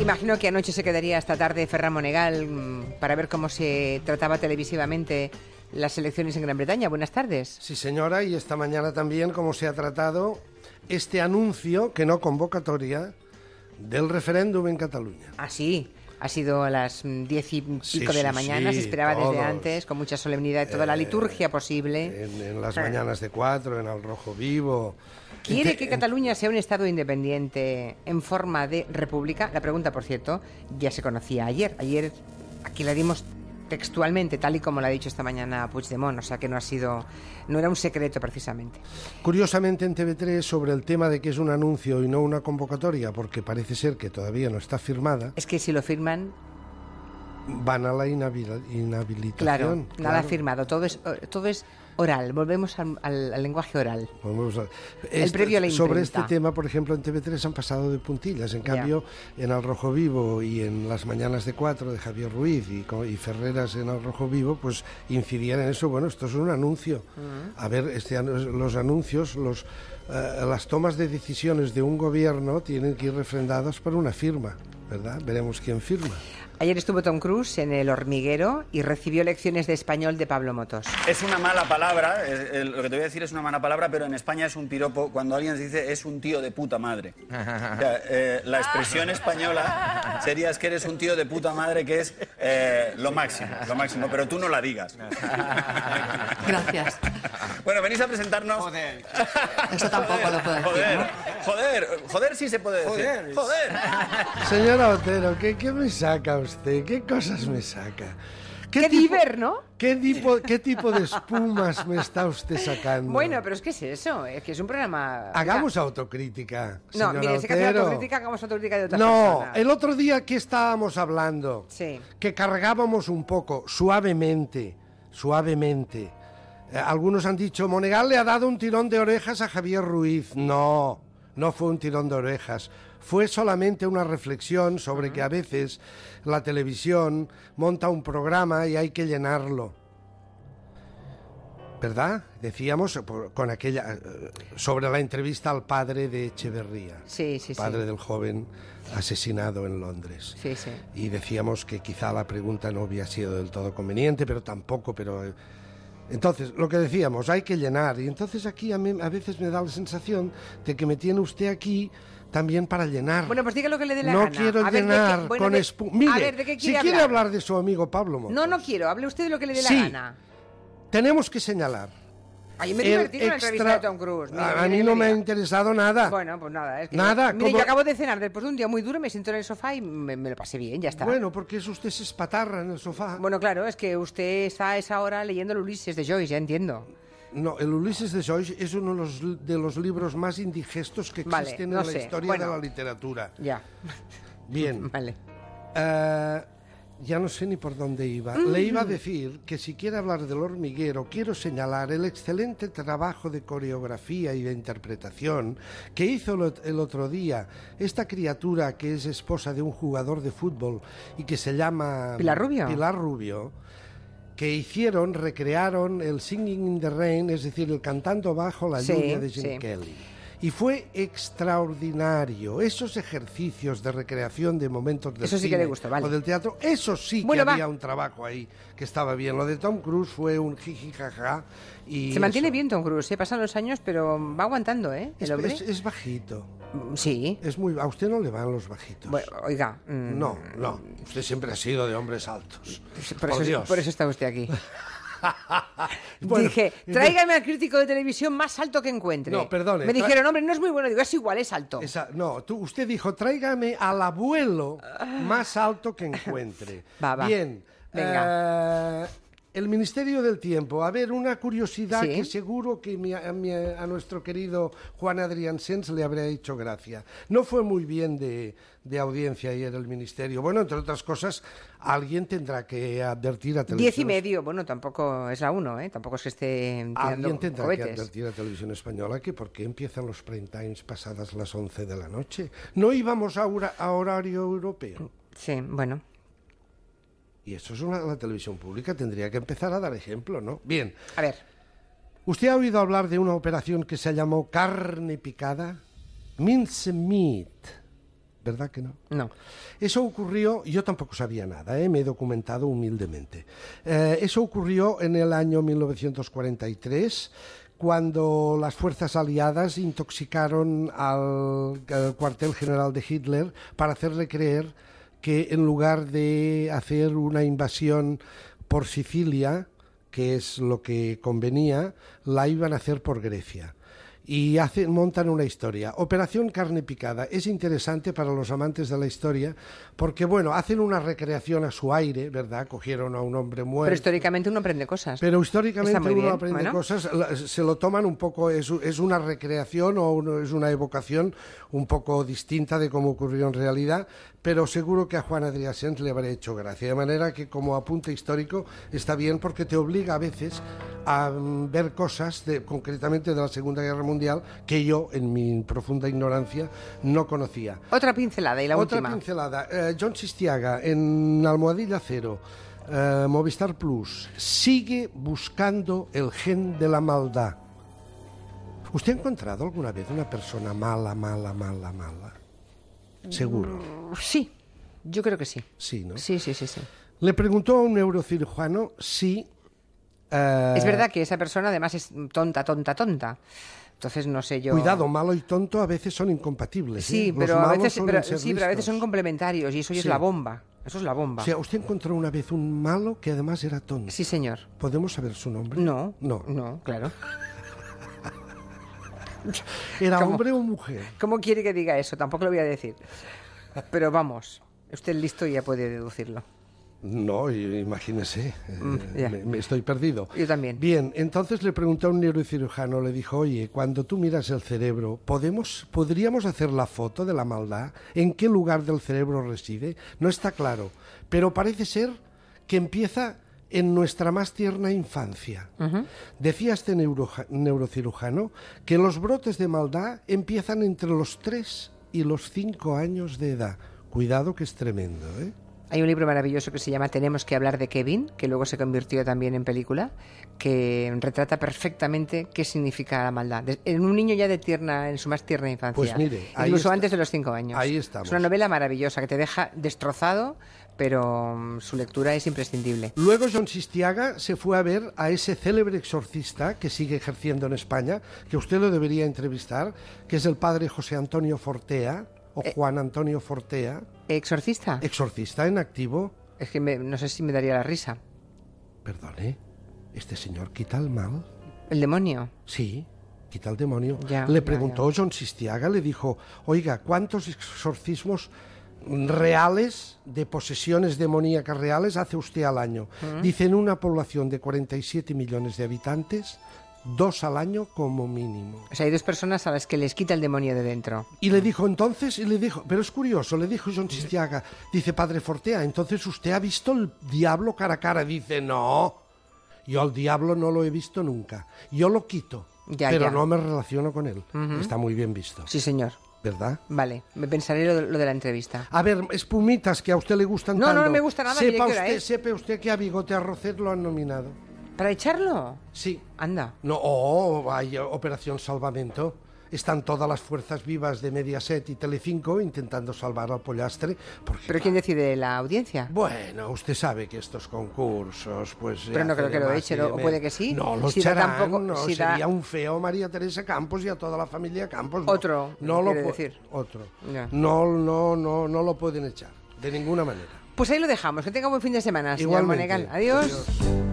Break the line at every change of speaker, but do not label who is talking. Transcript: imagino que anoche se quedaría hasta tarde Ferran Monegal mm, para ver cómo se trataba televisivamente las elecciones en Gran Bretaña. Buenas tardes.
Sí, señora, y esta mañana también cómo se ha tratado este anuncio, que no convocatoria, del referéndum en Cataluña.
Así. Ha sido a las mm, diez y pico
Ah, Sí,
de la
sí,
mañana,
sí,
se esperaba desde
todos. Eh,
antes, con mucha solemnidad, toda la liturgia posible.
En, en las
Eh.
mañanas de cuatro, en Al Rojo Vivo.
¿Quiere
Ente-
que Cataluña sea un Estado independiente en forma de república? La pregunta, por cierto, ya se conocía ayer. Ayer aquí la dimos textualmente, tal y como lo ha dicho esta mañana Puigdemont, o sea que no ha sido, no era un secreto precisamente.
Curiosamente en TV3 sobre el tema de que es un anuncio y no una convocatoria, porque parece ser que todavía no está firmada,
Es que si lo firman,
van a la inhabil-
claro,
inhabilitación.
nada
claro.
firmado, todo es, eh, todo es oral, volvemos al, al- al lenguaje oral.
Vamos a-
El previo a la
sobre
imprenta.
este tema, por ejemplo, en TV3 han pasado de puntillas. En
Ya.
cambio, en Al Rojo Vivo y en Las Mañanas de Cuatro de Javier Ruiz y, co- y Ferreras en Al Rojo Vivo, pues incidían en eso. Bueno, esto es un anuncio.
Mm.
A ver, este, anu- los anuncios, los, eh, las tomas de decisiones de un gobierno tienen que ir refrendadas por una firma, ¿verdad? Veremos quién firma.
Ayer estuvo Tom Cruise en El Hormiguero y recibió lecciones de español de Pablo Motos.
Es una mala palabra, eh, eh, lo que te voy a decir es una mala palabra, pero en España es un piropo cuando alguien dice es un tío de puta madre. O sea, eh, la expresión española sería es que eres un tío de puta madre, que es eh, lo máximo, lo máximo, pero tú no la digas.
Gracias.
Bueno, venís a presentarnos. Joder.
Eso tampoco lo puedo decir,
Joder,
¿no?
joder, joder sí se puede decir. Joder.
Señora Otero, ¿qué, qué me saca usted? ¿Qué cosas me saca?
¡Qué
tipo-
diver, ¿no?
¿Qué tipo, ¿Qué tipo de espumas me está usted sacando?
Bueno, pero es que es eso, es que es un programa...
Hagamos autocrítica.
No,
señora
mire, si hay que hacer
Otero.
autocrítica, hagamos autocrítica de otra
No,
persona.
el otro día aquí estábamos hablando
Sí.
que cargábamos un poco, suavemente, suavemente. Eh, algunos han dicho, Monegal le ha dado un tirón de orejas a Javier Ruiz. No, no fue un tirón de orejas. Fue solamente una reflexión sobre que a veces la televisión monta un programa y hay que llenarlo. ¿Verdad? Decíamos eh, por- con aquella eh, sobre la entrevista al padre de Echeverría
Sí, sí, sí.
padre del joven asesinado en Londres.
Sí, sí.
Y decíamos que quizá la pregunta no había sido del todo conveniente, pero tampoco, pero... eh, Entonces, lo que decíamos, hay que llenar. Y entonces aquí a, mí- a veces me da la sensación de que me tiene usted aquí también para llenar.
Bueno, pues diga lo que le dé la
no
gana.
quiero
A ver, ¿de
llenar
qué- bueno,
con
de-
espu- Mire,
a ver, ¿de qué
si
quiere
quiere
hablar?
hablar de su amigo Pablo Motos,
No, no quiero. Hable usted de lo que le dé
Sí.
la gana.
tenemos que señalar.
Ay, me
el
divertí con la
extra-
entrevista de Tom Cruise. Mire,
a a
mire,
mí no me
mire.
ha interesado nada.
Bueno, pues nada. Es que
Nada,
Mire,
como-
yo acabo de cenar después de un día muy duro, me siento en el sofá y me, me lo pasé bien, ya está.
Bueno, porque es usted se espatarra en el sofá.
Bueno, claro, es que usted está a esa hora leyendo el Ulises de Joyce, ya entiendo.
No, el Ulises de Joyce es uno de los, de los libros más indigestos que
Vale,
existen
no
en la
sé,
historia
bueno.
de la literatura.
Ya,
Bien,
vale.
eh, ya no sé ni por dónde iba. Le iba a
Mm.
decir que si quiere hablar del hormiguero, quiero señalar el excelente trabajo de coreografía y de interpretación que hizo el ot- el otro día esta criatura que es esposa de un jugador de fútbol y que se llama
Pilar Rubio.
Pilar Rubio que hicieron, recrearon el Singing in the Rain, es decir, el cantando bajo la
Sí,
lluvia de Jim
sí.
Kelly. Y fue extraordinario. Esos ejercicios de recreación de momentos del
Eso sí que
cine
le gusta, vale.
o del teatro, eso sí
Bueno,
que
va.
había un trabajo ahí que estaba bien. Lo de Tom Cruise fue un jiji jaja y
Se mantiene
eso.
bien Tom Cruise, ¿eh? pasan los años, pero va aguantando, ¿eh?
Es,
El hombre. Mm,
es- es bajito.
Sí.
Es muy a usted no le van los bajitos.
Bueno, oiga. mm,
no, no. Usted siempre ha sido de hombres altos.
Por, eso,
Dios.
por eso está usted aquí.
Bueno,
Dije, tráigame al crítico de televisión más alto que encuentre.
No, perdone,
Me
tra-
dijeron, hombre, no es muy bueno. Digo, es igual, es alto.
Esa- no, tú, usted dijo, tráigame al abuelo más alto que encuentre.
Va, va.
Bien.
Venga.
eh, el Ministerio del Tiempo. A ver, una curiosidad
Sí.
que seguro que mi- a, mi- a nuestro querido Juan Adrián Sens le habría hecho gracia. No fue muy bien de, de audiencia ayer el Ministerio. Bueno, entre otras cosas, alguien tendrá que advertir
Diez
a
y
televisión.
medio, bueno, tampoco es la uno, ¿eh? Tampoco es que esté tirando
Alguien tendrá Ah, que
cohetes.
advertir a Televisión Española que por qué empiezan los prime times pasadas las 11 de la noche. No íbamos a, hora- a horario europeo.
Sí, bueno.
Y eso es una, la televisión pública tendría que empezar a dar ejemplo, ¿no? Bien,
A ver,
¿usted ha oído hablar de una operación que se llamó carne picada? Mince meat. ¿verdad que no?
No.
Eso ocurrió, yo tampoco sabía nada, ¿eh? me he documentado humildemente. Eh, eso ocurrió en el año 1943, cuando las fuerzas aliadas intoxicaron al, al cuartel general de Hitler para hacerle creer que en lugar de hacer una invasión por Sicilia, que es lo que convenía, la iban a hacer por Grecia. Y hacen, montan una historia. Operación Carne Picada. Es interesante para los amantes de la historia porque, bueno, hacen una recreación a su aire, ¿verdad? Cogieron a un hombre muerto.
Pero históricamente uno aprende cosas.
Pues Pero históricamente
Está muy
uno
bien,
aprende
bueno.
cosas, la- se lo toman un poco, es, es una recreación o uno- es una evocación un poco distinta de cómo ocurrió en realidad, pero seguro que a Juan Adrià Sens le habrá hecho gracia. De manera que como apunte histórico está bien porque te obliga a veces a mm, ver cosas, de- concretamente de la Segunda Guerra Mundial, que yo, en mi profunda ignorancia, no conocía.
Otra pincelada y la
Otra
última.
pincelada. Eh, John Sistiaga en Almohadilla Cero, eh, Movistar Plus, sigue buscando el gen de la maldad. ¿Usted ha encontrado alguna vez una persona mala, mala, mala, mala? Seguro.
Sí, yo creo que sí.
Sí, ¿no?
Sí, sí, sí, sí.
Le preguntó a un neurocirujano si... eh,
Es verdad que esa persona además es tonta, tonta, tonta. Entonces no sé yo.
Cuidado, malo y tonto a veces son incompatibles. ¿eh?
Sí,
Los
pero a
malos
veces,
suelen
pero-
ser
sí, pero a veces
listos.
son complementarios y eso ya
Sí.
es la bomba. Eso es la bomba.
O sea, usted encontró una vez un malo que además era tonto.
Sí, señor.
¿Podemos saber su nombre?
No.
No.
No, claro.
¿Era
¿Cómo?
hombre o mujer?
¿Cómo quiere que diga eso? Tampoco lo voy a decir. Pero vamos, usted listo ya puede deducirlo.
No, i- imagínese, eh,
Mm, ya.
me, me estoy perdido.
Yo también.
Bien, entonces le pregunté a un neurocirujano, le dijo, oye, cuando tú miras el cerebro, ¿podemos, ¿podríamos hacer la foto de la maldad? ¿En qué lugar del cerebro reside? No está claro, pero parece ser que empieza en nuestra más tierna infancia. Decía este neuroja- neurocirujano que los brotes de maldad empiezan entre los 3 y los 5 años de edad. Cuidado que es tremendo, ¿eh?
Hay un libro maravilloso que se llama Tenemos que hablar de Kevin, que luego se convirtió también en película, que retrata perfectamente qué significa la maldad. Des- En un niño ya de tierna, en su más tierna infancia.
Pues mire, ahí
incluso
está-
antes de los cinco años.
ahí estamos.
Es una novela maravillosa que te deja destrozado, pero mm, su lectura es imprescindible.
Luego John Sistiaga se fue a ver a ese célebre exorcista que sigue ejerciendo en España, que usted lo debería entrevistar, que es el padre José Antonio Fortea, o Juan Antonio Fortea,
Exorcista.
Eh. exorcista en activo.
Es que me- no sé si me daría la risa.
Perdone, ¿este señor quita el mal?
El demonio.
Sí, quita el demonio.
Ya,
le
ya,
preguntó John Sistiaga, le dijo, oiga, ¿cuántos exorcismos reales, de posesiones demoníacas reales, hace usted al año?
Mm.
Dice, en una población de 47 millones de habitantes, dos al año como mínimo.
O sea, hay dos personas a las que les quita el demonio de dentro.
Y le dijo entonces, y le dijo, pero es curioso, le dijo John Sistiaga, dice, padre Fortea, entonces usted ha visto el diablo cara a cara. Dice, no, yo al diablo no lo he visto nunca. Yo lo quito,
Ya,
pero
ya.
no me relaciono con él. Está muy bien visto,
Sí, señor.
¿verdad?
Vale, me pensaré lo, lo de la entrevista.
A ver, espumitas que a usted le gustan
No, no,
tanto.
no me gusta nada,
Sepa
directora,
usted,
¿eh?
sepa usted que a Bigote Arrocer lo han nominado.
¿Para echarlo?
Sí.
Anda.
No, oh, hay Operación Salvamento. Están todas las fuerzas vivas de Mediaset y Telecinco intentando salvar al pollastre. Porque,
¿Pero quién decide? ¿La audiencia?
Bueno, usted sabe que estos concursos, pues... se
Pero no
hace
creo que
de
lo
más
echen,
y de
o
menos.
puede que sí.
No, lo
Si da
echarán,
tampoco-
no,
si da-
sería un feo a María Teresa Campos y a toda la familia Campos. no.
Otro,
no lo
quiere
pu-
decir.
Otro.
Ya.
No, no, no, no lo pueden echar, de ninguna manera.
Pues ahí lo dejamos. Que tenga buen fin de semana, señor
Igualmente.
Monegal. Adiós.
Adiós.